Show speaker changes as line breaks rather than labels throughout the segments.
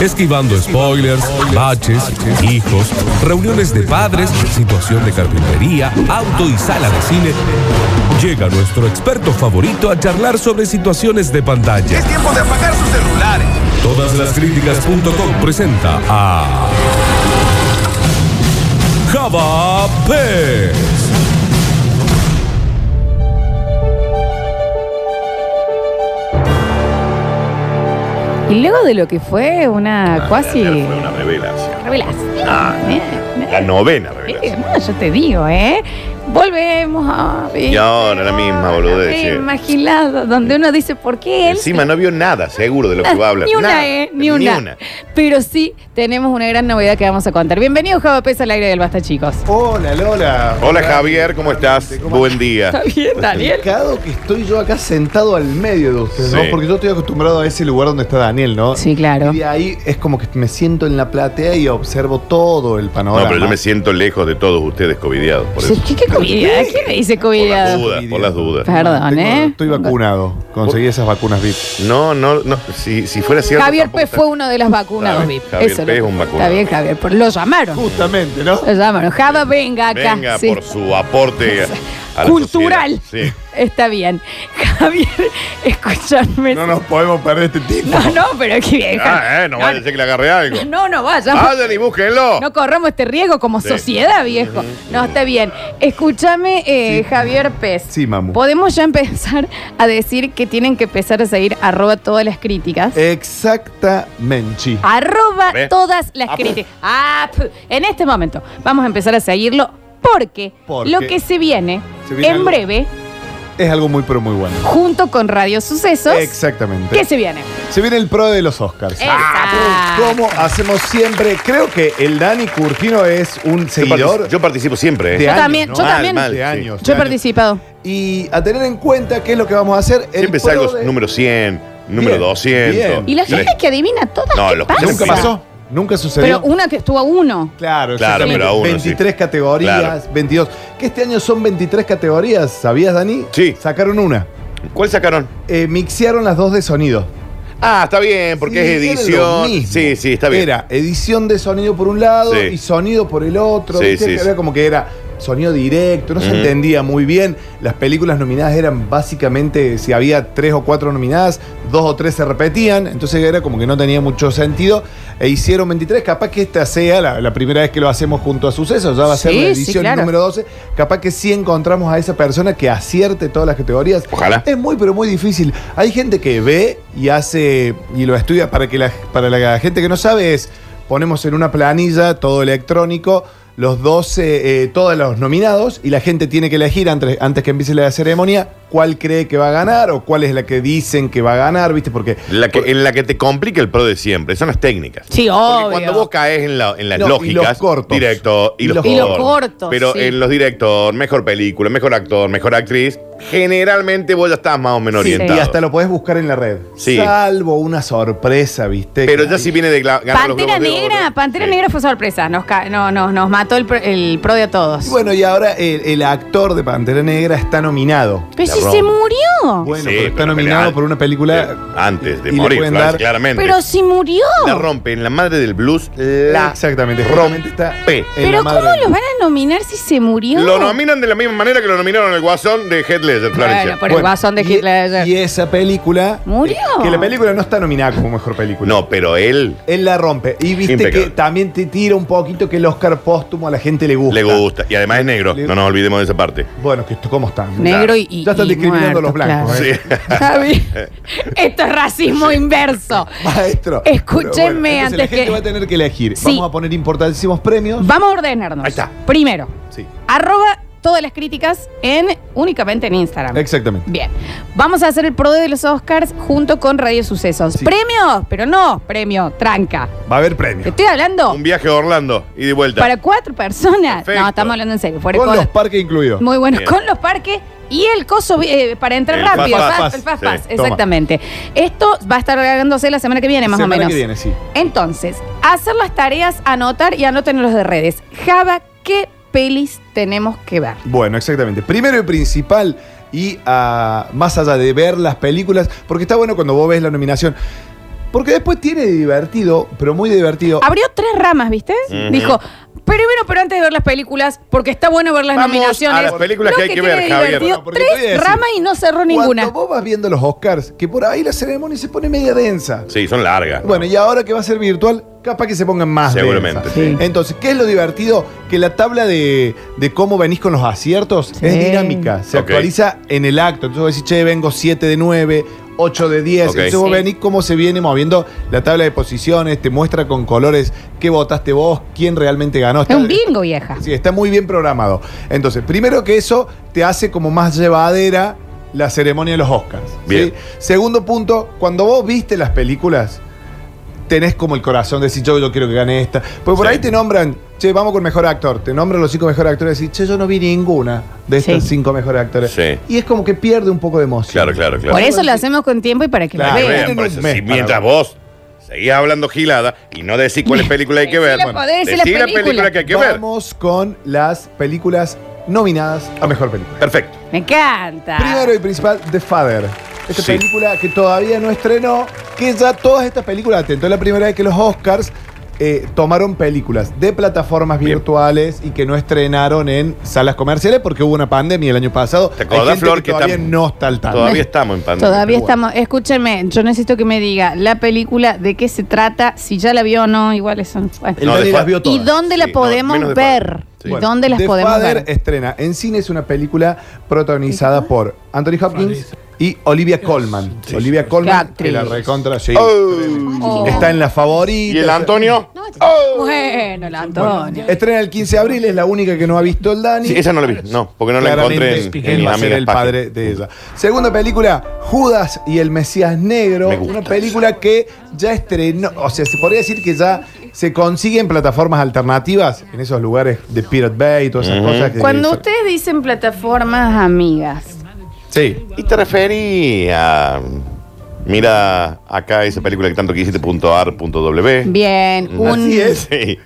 esquivando spoilers, baches, hijos, reuniones de padres, situación de carpintería, auto y sala de cine. Llega nuestro experto favorito a charlar sobre situaciones de pantalla.
Es tiempo de apagar sus celulares.
Todas las críticas.com presenta a Java Pez.
Y luego de lo que fue una cuasi
Ayer Ah, Fue una revelación.
revelación.
Ah,
eh,
La novena
eh,
revelación.
no, yo te digo, ¿eh? Volvemos a.
Y ahora la misma boludez, sí.
Imaginado, donde uno dice, ¿por qué él?
Encima no vio nada seguro de lo que va a hablar.
Ni una,
Nada.
¿eh? Ni una. Pero sí, tenemos una gran novedad que vamos a contar. Bienvenidos, Java Pez, al aire del Basta, chicos.
Hola Lola.
Hola Javier, ¿cómo estás?
¿Cómo
Buen día.
¿Está bien, Daniel?
Complicado que estoy yo acá sentado al medio de ustedes,
Sí.
¿no? Porque yo estoy acostumbrado a ese lugar donde está Daniel, ¿no?
Sí, claro.
Y de ahí es como que me siento en la platea y observo todo el panorama.
No, pero yo me siento lejos de todos ustedes covidiados. Por
Sí,
eso.
¿Qué, qué comida? ¿Qué me dice
Por las
comida?
dudas, por las dudas.
Perdón,
Tengo-
¿eh?
Estoy vacunado. Conseguí esas vacunas VIP.
No, no, no. Si, si fuera cierto.
Javier
tampoco
Pez
está-
fue uno de los vacunados,
Está bien,
VIP.
Javier
Eso
Pez
lo-
es un vacunado.
Está bien, Javier. por- Lo llamaron.
Justamente, ¿no?
Lo llamaron. Java, venga acá.
Venga,
Sí.
por su aporte a- a la
Cultural.
sociedad.
Está bien. Javier, escúchame.
No nos podemos perder este tipo.
No, no, pero qué
Sí.
bien.
Ah, eh, no,
No,
vaya a decir que le agarré algo.
No, no vaya.
Ah,
Vayan y búsquenlo.
No corramos este riesgo como
Sí.
sociedad, viejo. No, está bien. Escúchame,
Sí.
eh, Javier Pez.
Sí, mamu.
Podemos ya empezar a decir que tienen que empezar a seguir arroba todas las
Eh.
críticas.
Exactamente.
Ah. Arroba
¿Ves?
todas las
pues.
Ah,
críticas. Ah, pf. en este momento vamos a empezar a seguirlo porque
Porque
lo que se viene,
se viene
en
algo.
breve,
Es algo muy, pero muy bueno.
junto con Radio Sucesos,
Exactamente.
¿qué se viene?
Se viene el pro de los Oscars.
Exacto.
Como hacemos siempre, creo que el Dani Curtino es un
Yo,
seguidor
partici- yo participo siempre.
De
eh.
Yo
años,
también,
¿no?
yo
Mal,
también.
mal.
de
sí.
años.
Yo he
de años.
participado.
Y a tener en cuenta qué es lo que vamos a hacer. El
Siempre
pro
salgo
de-
número 100, número
Bien,
200.
bien.
Y la
tres.
gente que adivina todas,
No,
¿qué
los que
pasa?
se
Nunca
Primero.
pasó, nunca
Pero
sucedió.
una que estuvo a uno.
Claro,
Claro,
exactamente.
pero a uno,
23 categorías,
Claro.
22. Que este año son 23 categorías, ¿sabías, Dani?
Sí.
Sacaron una.
¿Cuál sacaron?
Eh, mixearon las dos de sonido.
Ah, está bien,
Sí,
porque es
era lo
edición.
mismo.
Sí, sí, está bien.
Era edición de sonido por un lado
Sí.
y sonido por el otro.
Sí,
¿viste?
sí,
Que
sí.
Era como que era sonido directo, no se
Ujú.
entendía muy bien. Las películas nominadas eran básicamente, si había tres o cuatro nominadas, dos o tres se repetían. Entonces era como que no tenía mucho sentido. E hicieron 23. Capaz que esta sea la, la primera vez que lo hacemos junto a Sucesos. Ya va a ser
Sí,
la
sí,
edición
claro.
número 12. Capaz que sí encontramos a esa persona que acierte todas las categorías.
Ojalá.
Es muy, pero muy difícil. Hay gente que ve y hace y lo estudia para que la, para la gente que no sabe es ponemos en una planilla todo electrónico los 12, eh, todos los nominados y la gente tiene que elegir antes, antes que empiece la ceremonia cuál cree que va a ganar o cuál es la que dicen que va a ganar, ¿viste? Porque
La que, en la que te complica el pro de siempre, son las técnicas.
Sí,
Porque
obvio.
cuando vos caes en, la- en las
No, y
lógicas,
los cortos.
directo y,
Y
los,
los- Y
los cortos,
Pero
sí.
en los director, mejor película, mejor actor, mejor actriz, generalmente vos ya estás más o menos
Sí,
orientado.
y hasta lo podés buscar en la red.
Sí.
Salvo una sorpresa, ¿viste?
Pero ya
Ay,
si viene de gla- ganar los
Pantera
Globos de
Negra,
Oro.
Pantera
Sí.
Negra fue sorpresa, nos, ca- no, no, nos mató el, pro- el pro de a todos.
Y bueno, y ahora el, el actor de Pantera Negra está nominado.
pero
la
si
rompe.
se murió.
Bueno,
Sí,
pero está
pero
nominado
pelean.
por una película.
Sí, Antes de
y le
morir,
pueden
Flores,
dar-
claramente.
pero si murió.
la rompe en la madre del blues, la
Eh, Exactamente,
rompe.
realmente está en la
Pero ¿cómo
madre.
los van a nominar si se murió?
Lo nominan de la misma manera que lo nominaron el guasón de Head Ledger, Florencia.
Bueno, por el guasón de
y- e-
Hitler.
Y, esa película.
Murió.
Que la película no está nominada como mejor película.
No, pero él
Él la rompe. Y viste
Impecable.
que también te tira un poquito que el Oscar póstumo a la gente le gusta.
le gusta. Y además es negro.
Le-
No nos olvidemos de esa parte.
Bueno, que esto- ¿cómo están?
Negro y, y-
Ya están
y
discriminando a los
muerto,
blancos,
claro.
Sí.
Javi, esto es racismo inverso.
Maestro.
Escúchenme
Pero entonces
antes
la gente
que-
va a tener que elegir.
Sí.
Vamos a poner importantísimos premios.
Vamos a ordenarnos.
Ahí está.
Primero,
Sí,
arroba todas las críticas en únicamente en Instagram.
exactamente.
Bien, vamos a hacer el pro de los Oscars junto con Radio Sucesos.
Sí.
Premios, pero no premio, tranca.
Va a haber
Te
premios.
estoy hablando
Un viaje a Orlando y de vuelta.
para cuatro personas.
Perfecto.
No, estamos hablando en serio. Fuera de
Con los
joda.
parques incluidos.
Muy bueno,
Bien.
con los parques y el coso eh, para entrar
El
rápido.
Fast
Fast-
Pass.
el Fast
Sí,
Pass,
toma.
exactamente. Esto va a estar agregándose la semana que viene, más
Semana
o menos.
que viene, sí.
Entonces, hacer las tareas, anotar y anoten los de redes. Java, ¿qué pelis tenemos que ver?
Bueno, exactamente. Primero y principal, y ah, más allá de ver las películas, porque está bueno cuando vos ves la nominación. Porque después tiene de divertido, pero muy divertido.
Abrió tres ramas, ¿viste?
Ujú.
Dijo, primero, pero antes de ver las películas, porque está bueno ver las
Vamos
nominaciones.
a las películas
Creo
que hay que ver,
tiene
Javier.
divertido
Bueno, porque te voy a
Tres
decir,
ramas y no cerró ninguna.
Cuando vos vas viendo los Oscars, que por ahí la ceremonia se pone media densa.
Sí, son largas. ¿no?
Bueno, y ahora que va a ser virtual, capaz que se pongan más.
Seguramente,
densas.
sí.
Entonces, ¿qué es lo divertido? Que la tabla de, de cómo venís con los aciertos
Sí.
es dinámica. Se
Ok.
actualiza en el acto. Entonces vos decís, che, vengo 7 de 9, 8 de 10.
Ok.
Entonces vos
Sí.
venís cómo se viene moviendo la tabla de posiciones, te muestra con colores qué votaste vos, quién realmente ganó.
Es
Está-
un bingo, vieja.
Sí, está muy bien programado. Entonces, primero que eso te hace como más llevadera la ceremonia de los Oscars. ¿sí?
Bien.
Segundo punto, cuando vos viste las películas, tenés como el corazón de decir, yo, yo quiero que gane esta. Pues por
Sí.
ahí te nombran, che, vamos con mejor actor. Te nombran los cinco mejores actores y decís, che, yo no vi ninguna de estos
Sí.
cinco mejores actores.
Sí.
Y es como que pierde un poco de emoción.
Claro, claro, claro.
Por eso lo hacemos con tiempo y para que
Claro.
lo
Que
vean.
Tienen
vean, por
un
eso,
mes
si
para
mientras
ver.
vos seguís hablando gilada y no decís cuáles películas hay que ver,
Decí la- podés decir la
decí la
película.
película que hay que ver.
Vamos con las películas nominadas a mejor película.
Perfecto.
Me encanta.
Primero y principal, The Father. Esta
Sí.
película que todavía no estrenó, que ya todas estas películas, atento, es la primera vez que los Oscars eh, tomaron películas de plataformas
Bien.
virtuales y que no estrenaron en salas comerciales porque hubo una pandemia el año pasado.
¿Te acordás,
Hay gente
Flor,
que
que
todavía
tam-
no está al tanto?
Todavía estamos en pandemia.
Todavía
Pero bueno.
estamos. Escúchenme, yo necesito que me diga la película, de qué se trata, si ya la vio o no, igual eso. bueno.
El
No,
Dani
de
las
fa-
vio
¿Y
todas.
dónde la
Sí, no,
podemos
menos de
ver?
Father. Sí.
¿Y
Bueno,
dónde las
The
podemos
Father
ver?
estrena. En cine es una película protagonizada por Anthony Hopkins y Olivia Colman. Olivia Colman,
actriz.
que la recontra sí.
Oh.
Está en la favorita.
¿Y el Antonio?
No,
Oh.
Bueno, la Antonia.
Estrena el 15 de abril, es la única que no ha visto el Dani.
Sí, esa no la vi. No, porque no la encontré en,
Claramente,
en
él
mis
va a ser
amigas
el
páginas.
padre de ella. Segunda película, Judas y el Mesías Negro.
Me gusta
Una película que ya estrenó, o sea, se podría decir que ya se consigue en plataformas alternativas, en esos lugares de Pirate Bay y todas esas
Ujú.
cosas. que-
Cuando ustedes dicen plataformas amigas,
Sí.
Y te refería. Mira acá esa película que tanto quisiste, punto ar, punto W.
bien, un.
Así es.
Sí.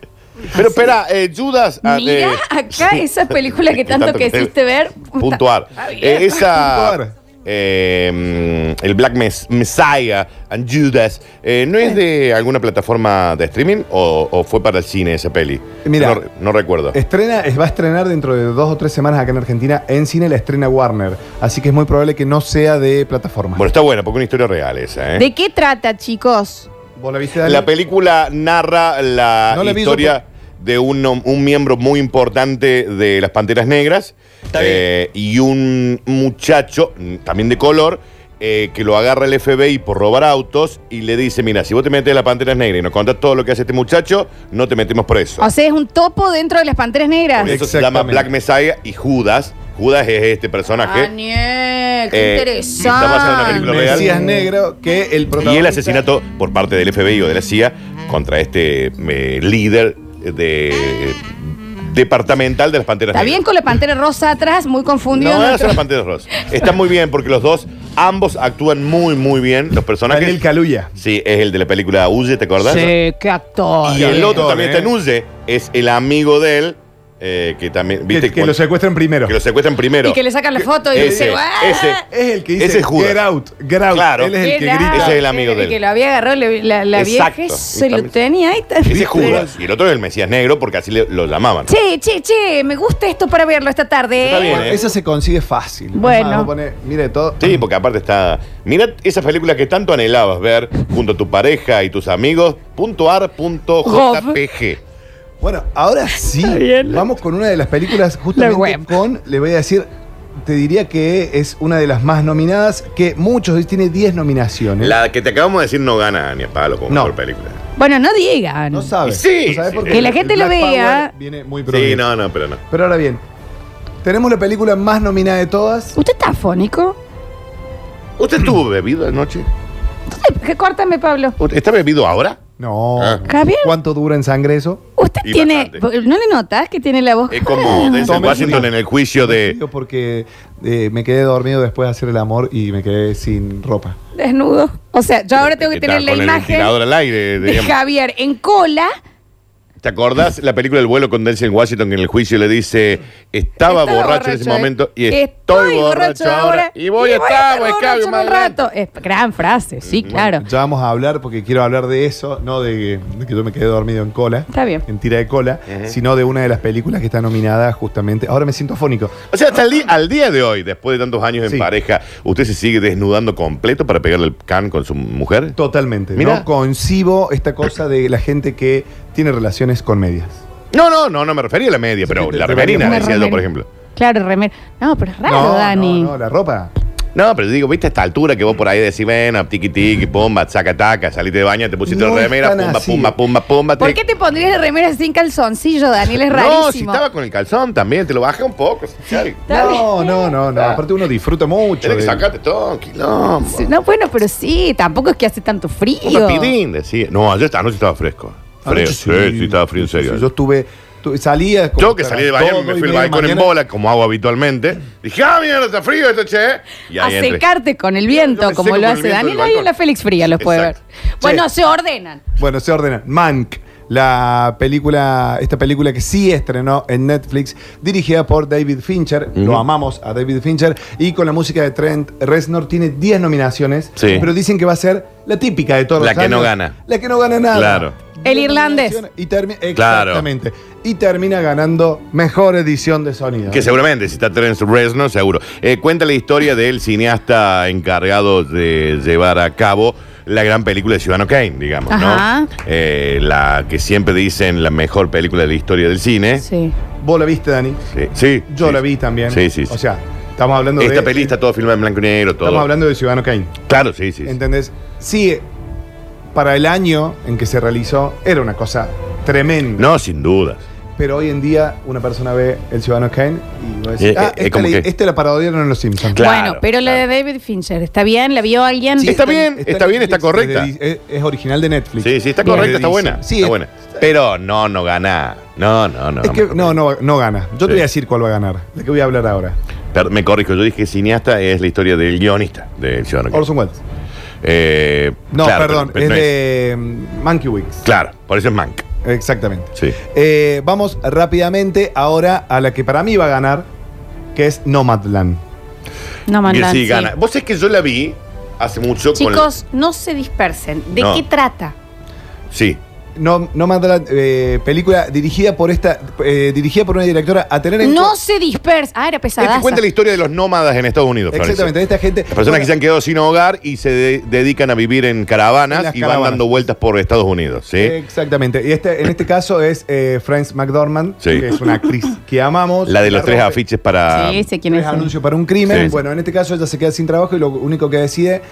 Pero espera, eh, Judas. ah,
Mira
eh,
acá
sí.
esa película que tanto quisiste ver.
Punto ar.
Está bien.
Eh, esa.
Punto ar.
eh, mm, el Black Mes- Messiah and Judas eh, ¿no es de alguna plataforma de streaming o, o fue para el cine esa peli?
Mira.
no, no recuerdo.
Estrena, es- va a estrenar dentro de dos o tres semanas acá en Argentina. En cine la estrena Warner. Así que es muy probable que no sea de plataforma.
Bueno, está buena porque es una historia real esa. ¿eh?
¿De qué trata, chicos?
¿Vos la viste, Dani?
La película narra la
No la vi,
historia de un, hom- un miembro muy importante de las Panteras Negras eh, y un muchacho, mm, también de color, eh, que lo agarra el FBI por robar autos y le dice, mira, si vos te metes en las Panteras Negras y nos contás todo lo que hace este muchacho, no te metemos preso.
O sea, es un topo dentro de las panteras
Por
negras.
eso se llama
Exactamente.
Black Messiah y Judas. Judas es este
Ah,
personaje.
Daniel, qué
Eh,
interesante.
está basada en una película real.
Mesías Negro, que el protagonista...
Y el asesinato por parte del FBI o de la CIA contra este eh, líder de, eh, departamental de las Panteras
Está bien
Negras.
con la pantera rosa atrás, muy confundido.
No, no
nuestro-
son las Panteras Rosas. Está muy bien porque los dos, ambos actúan muy, muy bien. Los personajes...
Daniel Caluya.
sí, es el de la película Huye, ¿te acordás?
Sí, qué actor.
Y el
bien.
otro también está en
Eh.
Huye, es el amigo de él, eh, que también...
Que,
¿viste?
que
Cuando-
lo secuestren primero.
que lo secuestran primero.
Y que le sacan la foto y
Ese,
dice, ¡Ah!
ese,
Es el que dice
Ese es Judas.
Get out, get out.
Claro.
Él es el
Qué
que
grave.
Ese
grita.
es el amigo de él.
Que lo había agarrado le- la, la vieja,
Exacto.
se
Y
lo
también-
tenía ahí.
ese es Judas. Y el otro es el Mesías Negro porque así le- lo llamaban.
Che, che, che, me gusta esto para verlo esta tarde.
Está
¿eh?
bien.
Bueno,
¿eh?
Esa se consigue fácil.
Bueno.
Además, vos ponés, mire todo.
Sí, porque aparte está. Mira esas películas que tanto anhelabas ver junto a tu pareja y tus amigos. Punto ar punto jpg.
Bueno, ahora sí.
bien.
Vamos con una de las películas
La web.
justamente con, le voy a decir, te diría que es una de las más nominadas, que muchos tiene 10 nominaciones.
La que te acabamos de decir no gana ni a palo como
No.
mejor película.
Bueno, no digan.
No sabes.
Sí,
No sabes
sí,
por
sí.
qué.
Que
la
El
gente lo
Black
vea.
Power Viene muy
Sí,
progre.
no, no, pero no.
Pero ahora bien, tenemos la película más nominada de todas.
¿Usted está afónico?
¿Usted estuvo bebido anoche?
Ay, Córtame, Pablo.
¿Usted ¿Está bebido ahora?
No.
Ah.
Javier.
¿Cuánto dura en sangre eso?
Usted
Y
tiene.
bastante.
¿No le notas que tiene la voz?
Es como desde
Tome
Washington
cuidado.
en el juicio de.
Yo porque eh, me quedé dormido después de hacer el amor y me quedé sin ropa.
Desnudo. O sea, yo ahora tengo que
Está
tener la
con el
imagen
ventilador al aire,
de
digamos.
Javier en cola
¿Te acordás la película El vuelo con Denzel Washington que en el juicio le dice estaba, borracho, en ese
eh.
momento y estoy, borracho, ahora y voy a estar, güey,
borracho
cabrón,
en un
madre.
rato. Es gran frase, sí, claro.
Ya vamos a hablar porque quiero hablar de eso, no de, de que yo me quedé dormido en cola.
Está bien.
En tira de cola, sino de una de las películas que está nominada justamente. Ahora me siento afónico.
O sea, hasta el di- al día de hoy, después de tantos años en
Sí.
pareja, ¿usted se sigue desnudando completo para pegarle el can con su mujer?
Totalmente.
Mirá.
No concibo esta cosa de la gente que tiene relaciones con medias.
No, no, no, no me refería a la media, pero
te-
la
te-
remerina,
una
decía yo,
remera.
por ejemplo.
Claro, remer. No, pero es raro,
no,
Dani.
no, no, la ropa.
No, pero digo, viste a esta altura que vos por ahí decís, ven, a tiki tiki, pomba, saca taca, saliste de baño, te pusiste
No
la remera,
es tan
pumba,
así.
pumba, pumba, pumba.
¿Por qué te pondrías de remera sin calzoncillo, Daniel? Es
No, si
rarísimo.
estaba con el calzón también, te lo bajé un poco. chale.
Está
No, no, no, no.
Ah.
Aparte uno disfruta mucho.
Tenés que
de-
sacarte todo, un quilombo.
Sí, No, bueno, pero sí, tampoco es que hace tanto
Un
frío.
rapidín, decía. No, ayer esta noche estaba fresco. Fresco,
Anoche
sí, sí, estaba frío en serio.
Sí, Yo estuve, tu- salía. como
Yo que salí de
para las
baño, me
dos y
fui al
media
balcón en
mañana.
bola, como hago habitualmente. Dije, ah, mira, está frío esto, che. Y
a
ahí entré.
secarte con el
Yo
viento,
me
como
seco
lo
con el
hace
viento del
Daniel, ahí en
balcón.
la Félix Fría los puede ver.
Exacto.
Bueno, se ordenan.
Bueno, se ordena. Mank, la película, esta película que sí estrenó en Netflix, dirigida por David Fincher. Lo amamos a David Fincher. Y con la música de Trent Reznor tiene 10 nominaciones.
Sí.
Pero dicen que va a ser la típica de todos
La
los
que no
años.
gana.
La que no gana nada.
Claro.
El irlandés.
Y termi-
Claro.
Exactamente. Y termina ganando mejor edición de sonido.
Que seguramente, si está Terence Reznor, seguro. Eh, cuenta la historia del cineasta encargado de llevar a cabo la gran película de Ciudadano Kane, digamos,
Ajá.
¿no? Eh, la que siempre dicen la mejor película de la historia del cine. Sí.
Sí.
¿Vos la viste, Dani?
sí,
Yo
sí.
la vi también.
Sí, sí. sí.
O sea, estamos hablando de.
Esta peli está todo filmada en blanco y negro, todo.
Estamos hablando de Ciudadano Kane.
Claro, sí, sí. sí.
¿Entendés? Sí, para el año en que se realizó era una cosa tremenda.
No, sin dudas.
Pero hoy en día una persona ve el Ciudadano Kane y va a decir,
Eh, eh,
ah,
eh,
este,
como
le-
que-
este la parodiaron en Los Simpsons.
Claro,
bueno, pero la de David Fincher, ¿está bien? ¿La vio alguien?
Sí, está bien, está bien, está correcta.
Es, de- es original de Netflix.
Sí, sí, está
Bien.
correcta, está
Dice-
buena.
Sí,
está
es-
buena. Pero no, no gana. No, no, no.
Es que
me-
no, no, no gana. Yo
Sí.
te voy a decir cuál va a ganar, de que voy a hablar ahora.
Perdón, me corrijo, yo dije cineasta es la historia del guionista del Ciudadano Kane.
Orson Welles.
Eh,
No,
claro,
perdón,
pero- pero
es
no
de mm, Monkey Weeks.
Claro, por eso es Mank.
Exactamente.
Sí.
Eh, vamos rápidamente ahora a la que para mí va a ganar, que es Nomadland.
No
Que
mandan.
sí,
sí.
gana. Vos es que yo la vi hace mucho con-
Chicos, no se dispersen. ¿De
No.
qué trata?
Sí.
Este No, Nomadland, eh, película dirigida por esta, eh, dirigida por una directora a tener en
No
cu- Este
se dispersen. Ah, era
Es
pesada.
que cuenta la historia de los nómadas en Estados Unidos, Florencia.
Exactamente, esta gente.
Las personas que se han quedado sin hogar y se de- dedican a vivir en caravanas
En las
y van
caravanas. Eh,
dando vueltas por Estados Unidos, ¿sí?
Exactamente. Y este, en este caso es eh, Frances McDormand,
Sí.
que es una actriz que amamos.
la de los tres
rompe.
afiches para...
Sí, sé quién
Tres
es.
anuncios para un crimen.
Sí.
Bueno, en este caso ella se queda sin trabajo y lo único que decide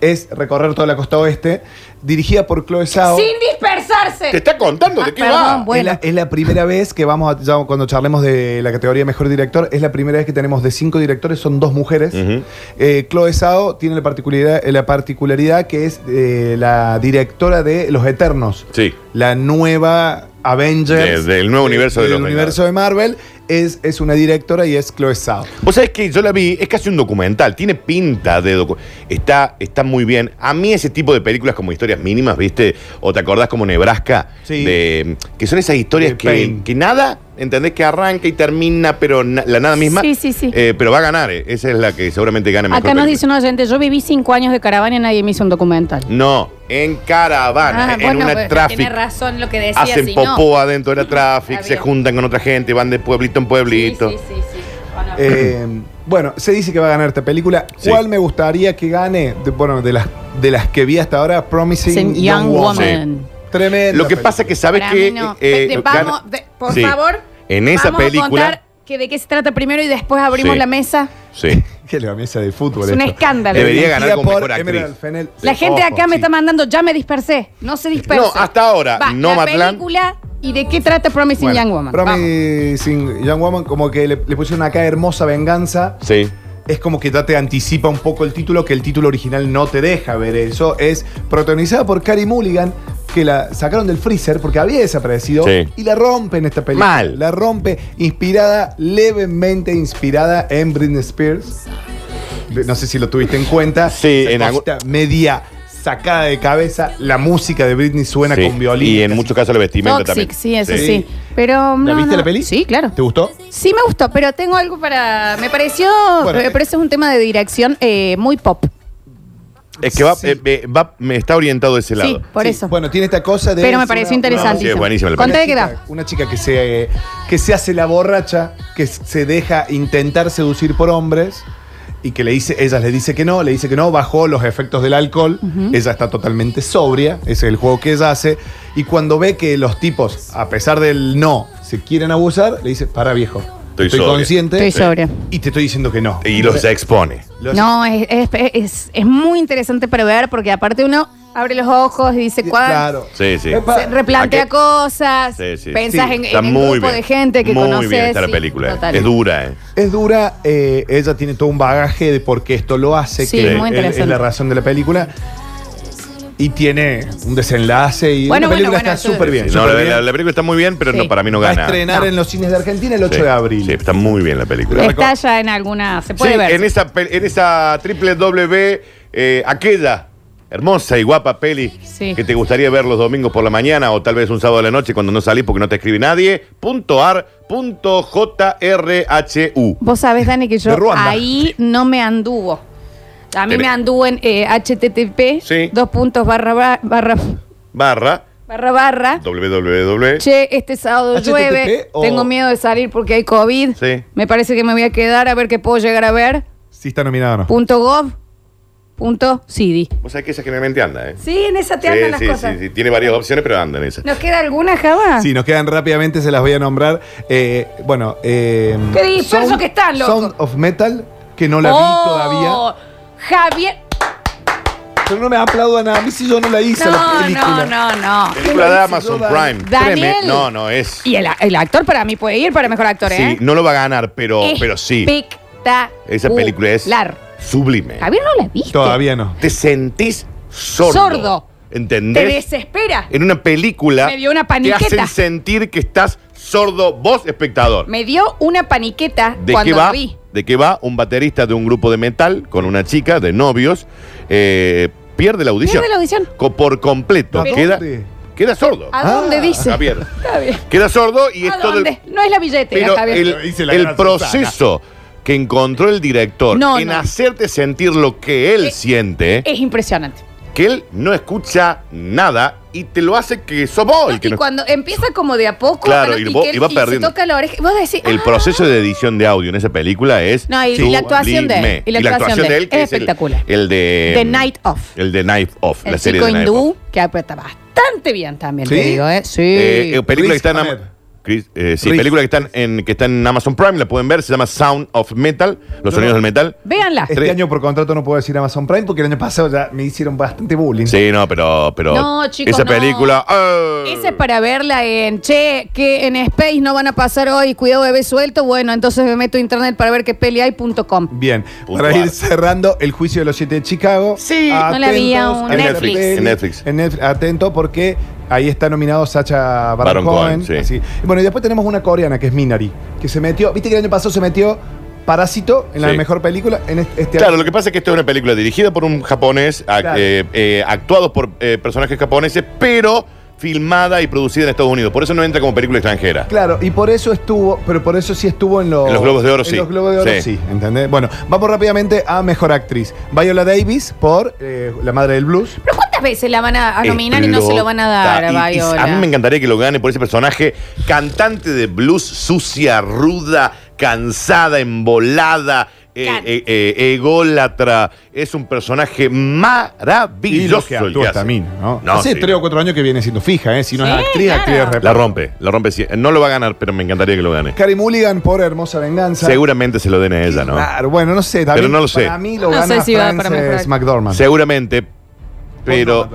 es recorrer toda la costa oeste. Dirigida por Chloe Zhao.
Sin dispersarse.
Te está contando de
Ah,
qué
perdón,
va.
bueno.
Es, la, es la primera vez que vamos a, ya cuando charlemos de la categoría mejor director, es la primera vez que tenemos de cinco directores, son dos mujeres.
Ujú.
Eh, Chloe Zhao tiene la particularidad, eh, la particularidad que es eh, la directora de Los Eternos.
Sí.
La nueva Avengers.
De- del nuevo universo de
del
los
universo de Marvel. Es, es una directora y es Chloe Zhao.
Vos sabés que yo la vi, es casi un documental, tiene pinta de documental. Está, está muy bien. A mí ese tipo de películas como historias mínimas, ¿viste? O te acordás como Nebraska,
Sí.
de, que son esas historias
De
que,
Payne.
que nada, ¿entendés? Que arranca y termina, pero na- la nada misma.
Sí, sí, sí.
Eh, pero va a ganar, eh. esa es la que seguramente gane mejor
Acá nos
película.
dice un oyente, yo viví cinco años de caravana y nadie me hizo un documental.
No, en caravana,
Ah,
en
bueno,
una
pues,
tráfico.
Tiene razón lo que decía.
Hacen
si no.
popó adentro de la tráfico,
Está
se
bien.
juntan con otra gente, van de pueblito en
Sí,
pueblito.
sí, sí, sí. Bueno,
Eh, bueno, se dice que va a ganar esta película.
Sí.
¿Cuál me gustaría que gane? De- bueno, de las, de las que vi hasta ahora, Promising
Sin
Young,
Young
Woman.
Woman.
Tremenda
Lo que
película.
pasa es que sabes
Para
que.
mí no.
eh,
Pe-
eh,
de- vamos,
gana-
de- por
Sí.
favor.
En esa
vamos
película.
A contar que de qué se trata primero y después abrimos
Sí.
la mesa.
Sí.
Que la mesa de fútbol.
Es un
esto.
escándalo.
Debería ganar
Dirigida
como
por
mejor actriz.
Emerald Fennell.
La gente
Ojo,
acá me
sí.
está mandando, ya me dispersé. No se disperse.
No, hasta ahora,
Va, la
Nomadland.
película y de qué trata Promising
Bueno,
Young Woman. Vamos.
Promising Young Woman, como que le, le pusieron acá hermosa venganza.
Sí.
Es como que ya te anticipa un poco el título, que el título original no te deja ver eso. Es protagonizada por Carrie Mulligan, que la sacaron del freezer porque había desaparecido.
Sí.
Y la rompe en esta película.
Mal.
La rompe, inspirada, levemente inspirada en Britney Spears. No sé si lo tuviste en cuenta.
Sí,
Esa
en algún-
cosita media sacada de cabeza, la música de Britney suena
Sí,
con violín.
Y en
casi.
muchos casos la vestimenta
Toxic,
también.
sí, eso sí. Pero
¿La
no,
viste
no.
la peli?
Sí, claro.
¿Te gustó?
Sí, me gustó, pero tengo algo para. Me pareció.
Bueno,
me
eh.
parece un tema de dirección eh, muy pop.
Es que va,
Sí.
eh, eh, va- me está orientado a ese lado.
Sí, por
Sí.
eso.
Bueno, tiene esta cosa de.
pero me
es
pareció
una-
interesante.
sí, es buenísima la
Conté
película.
de qué
Una
edad.
chica- Una chica que se, eh, que se hace la borracha, que se deja intentar seducir por hombres y que le dice, ella le dice que no, le dice que no, bajó los efectos del alcohol, ella está totalmente sobria, ese es el juego que ella hace, y cuando ve que los tipos, a pesar del no, se quieren abusar, le dice, para viejo,
Estoy sobria.
consciente
Estoy sobria.
y te estoy diciendo que no.
Y los expone.
Los-
No, es, es, es- es muy interesante para ver porque aparte uno abre los ojos y dice cuál.
Claro.
Sí, sí.
Epa.
Se replantea
¿A qué?
cosas,
Sí, sí.
pensás
Sí,
en,
Está
en el
muy
grupo
bien.
de gente que
Muy
conoces.
bien está la
sí,
película. eh.
total.
Es dura, ¿eh?
Es dura, eh, ella tiene todo un bagaje de por qué esto lo hace,
Sí,
que
es muy
es- es,
interesante.
la razón de la película. Y tiene un desenlace y
Bueno,
la película
bueno,
está
bueno,
súper
eso-
bien.
Sí, no,
súper
la,
bien.
la- la película está muy bien, pero
Sí.
no, para mí no
Va a
gana.
estrenar en los cines de Argentina el 8
Sí,
de abril.
Sí, está muy bien la película.
Está ya en alguna. Se puede
Sí,
ver.
en esa, pel- en esa triple W, eh, aquella hermosa y guapa peli
Sí.
que te gustaría ver los domingos por la mañana o tal vez un sábado de la noche cuando no salís porque no te escribe nadie, punto ar, punto JRHU.
Vos sabés, Dani, que yo
De Ruanda.
ahí no me anduvo. A mí
Tenés-
me anduvo en eh, http,
Sí.
dos puntos, barra, barra, barra,
Barra
barra, barra.
www.
Che, este sábado
HTTP
llueve,
o-
tengo miedo de salir porque hay COVID.
Sí.
Me parece que me voy a quedar a ver qué puedo llegar a ver.
Si está nominado o no.
Punto gov, punto cd.
Vos sabés que esa generalmente anda, ¿eh?
Sí, en esa te andan las
sí,
cosas.
sí, sí. Tiene varias opciones, pero anda en esa.
¿Nos queda alguna, Java?
Si nos quedan rápidamente, se las voy a nombrar. Eh, bueno, eh,
Qué disperso que están, loco.
Sound of Metal, que no la
Oh,
vi todavía.
Javier.
Pero no me aplaudan a mí si yo no la hice la
No,
película.
no, no, no.
Película de Amazon
Dani?
Prime.
Daniel.
Treme- No, no, es.
Y el, el actor para mí puede ir para mejor actor, ¿eh?
Sí, no lo va a ganar, pero, pero sí.
Espectacular.
Esa película es sublime.
Javier no la viste.
Todavía no.
Te sentís sordo.
Sordo. Te
¿Entendés?
desespera.
en una película
Me dio una
te
paniqueta.
hacen sentir que estás sordo vos, espectador.
Me dio una paniqueta
¿De
cuando
qué,
la
va,
vi.
¿De qué va un baterista de un grupo de metal con una chica de novios? eh, pierde la audición.
Pierde la audición.
Co- por completo.
¿A
Queda,
dónde?
queda sordo.
¿A dónde
Ah,
dice?
Javier.
Está bien.
Queda sordo y
¿A
es todo el-
dónde? No es la billetera,
Pero
Javier.
el,
Lo dice la
el
gran
proceso que encontró el director
No,
en
no.
hacerte sentir lo que él
Eh,
siente,
Es impresionante.
que él no escucha nada y te lo hace que sos vos el que
y
no-
cuando empieza como de a poco,
Claro,
bueno,
y vos-
que él-
y va perdiendo.
se toca la oreja, vos decís,
El
ah,
proceso de edición de audio en esa película es.
No, y la actuación de él,
sublime.
y la actuación de él
que
es
el-
espectacular.
El, de.
The Night Of.
El de Night Off,
el
la serie
chico
de Night Off.
hindú que aprieta bastante bien también, te
¿Sí?
digo, ¿eh? Sí.
Eh, eh, película
Riz
que está en
Ahmed.
Am- Chris- eh, sí,
Riz.
película que están en que está en Amazon Prime, la pueden ver, se llama Sound of Metal, los sonidos del metal.
Véanla.
Este
Tres.
año por contrato no puedo decir Amazon Prime porque el año pasado ya me hicieron bastante bullying.
Sí, no, pero pero
No, chicos,
esa
no.
película ¡ah!
Esa es para verla en, che, que en Space no van a pasar hoy, cuidado bebé suelto, bueno, entonces me meto a internet para ver qué peli hay, punto com.
Bien,
Puntual.
para ir cerrando el juicio de los siete de Chicago.
Sí, no la vi
atentos
aún.
a
En
la
Netflix,
peli,
en Netflix.
en Netflix, Atento porque ahí está nominado Sacha Baron,
Baron
Cohen.
Cohen, sí.
así. Y Bueno, y después tenemos una coreana que es Minari, que se metió, viste que el año pasado se metió Parásito en la
Sí.
mejor película. En este, este
Claro,
año-
lo que pasa es que esto es una película dirigida por un japonés, ac-
Claro.
eh, eh, actuados por eh, personajes japoneses, pero filmada y producida en Estados Unidos. Por eso no entra como película extranjera.
Claro, y por eso estuvo, pero por eso sí estuvo en los,
En los Globos de Oro,
en
sí.
los Globos de Oro, sí.
Sí.
¿entendés? Bueno, vamos rápidamente a mejor actriz. Viola Davis por eh, La Madre del Blues.
Pero ¿cuántas veces la van a, a nominar y no se lo van a dar
Explota.
a
Y- y
Viola?
a mí me encantaría que lo gane por ese personaje cantante de blues, sucia, ruda, cansada, embolada, eh,
Can-
eh, eh, ególatra. Es un personaje maravilloso. el que hace.
también, ¿no?
No,
Hace
sí.
tres o cuatro años que viene siendo fija, ¿eh? Si no
Sí,
es actriz,
claro.
actriz de
La
reparto.
rompe, la rompe. sí. No lo va a ganar, pero me encantaría que lo gane.
Carey Mulligan por Hermosa Venganza.
Seguramente se lo den a ella, ¿no?
Claro, bueno, no sé.
Pero no lo sé.
Para mí lo
No
gana
sé si va para
Frances
mejorar.
McDormand.
Seguramente, pero...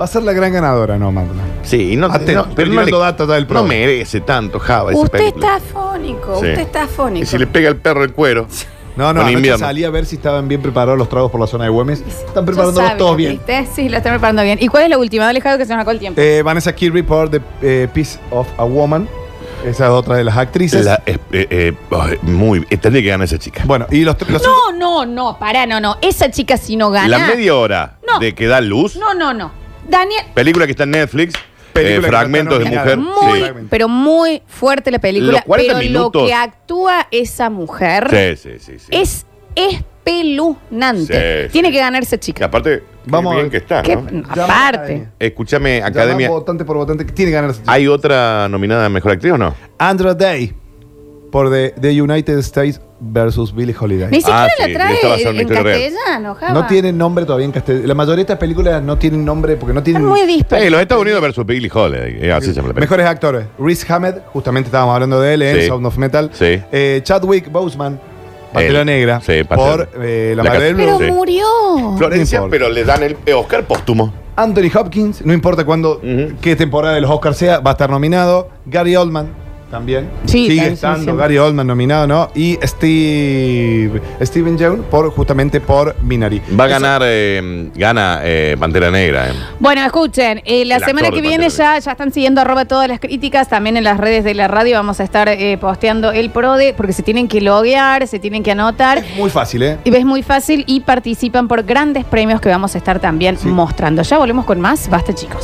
Va a ser la gran ganadora, no, Magdalena.
Sí, y no,
Atento,
no,
estoy tirando datos del
no
programa.
merece tanto Java esa
Usted
película.
está afónico,
Sí.
usted está
Y
afónico.
si le pega el perro el cuero.
No, no,
Con
anoche
invierno.
salí a ver si estaban bien preparados los tragos por la zona de Güemes. Están
Yo
preparándolos
sabía,
todos bien.
¿viste? Sí, la están preparando bien. ¿Y cuál es la última? Dale, Jado, que se nos acabó el tiempo.
Eh, Vanessa Kirby por The eh, Piece of a Woman. Esa es otra de las actrices.
La- eh, eh, eh, ay, muy, eh, tendría que ganar esa chica.
Bueno, y los, los-
No, no, no, pará, no, no. Esa chica si no gana.
La media hora
No.
de que da luz,
No, no, no. Daniel,
película que está en Netflix,
Película
eh,
que
fragmentos
no
de
está
mujer.
nominada.
sí.
muy, pero muy fuerte la película.
Los 40
pero lo
minutos.
que actúa esa mujer
Sí, sí, sí, sí.
es espeluznante.
Sí,
Tiene
sí.
que ganarse chica.
Que aparte,
Vamos a
vamos bien
ver.
que está,
¿Qué?
¿no?
Llama
Aparte.
Escúchame,
Llamá
Academia.
votante por votante que tiene que ganar. esa chica.
¿Hay otra nominada a Mejor Actriz o no?
Andra Day por The, The United States versus Billie Holiday.
Ni siquiera
Ah,
la
sí,
trae
esta va a ser
en
una historia real.
castellano, Java.
No tienen nombre todavía en castellano. La mayoría de estas películas no tienen nombre porque no
Están
tienen.
muy
Eh,
dispersos.
los Estados Unidos versus Billy Holiday. eh, así se llama la película.
Mejores actores. Rhys Hammett, justamente estábamos hablando de él en
Sí.
Sound of Metal.
Sí.
Eh, Chadwick Boseman, Pantera
Él.
Negra.
Sí, Pantera.
por eh, La,
La
Madre del
Casa-
Blues.
Pero
Sí.
murió.
Florencia,
No importa.
pero le dan el Oscar póstumo.
Anthony Hopkins, no importa cuándo,
Ujú.
qué temporada de los Oscars sea, va a estar nominado. Gary Oldman también.
Sí,
Sigue
también
estando
siempre.
Gary Oldman nominado, ¿no? Y Steve, Steven Yeun por, justamente por Minari.
Va a ganar, eh, gana eh, Pantera Negra. eh.
Bueno, escuchen, eh, la
El
semana
actor
que
de
viene
Pantera
ya, ya están siguiendo arroba todas las críticas, también en las redes de la radio vamos a estar eh, posteando el PRODE, porque se tienen que loguear, se tienen que anotar.
Es muy fácil, ¿eh?
Y ves muy fácil y participan por grandes premios que vamos a estar también mostrando. Ya volvemos con más. Basta, chicos.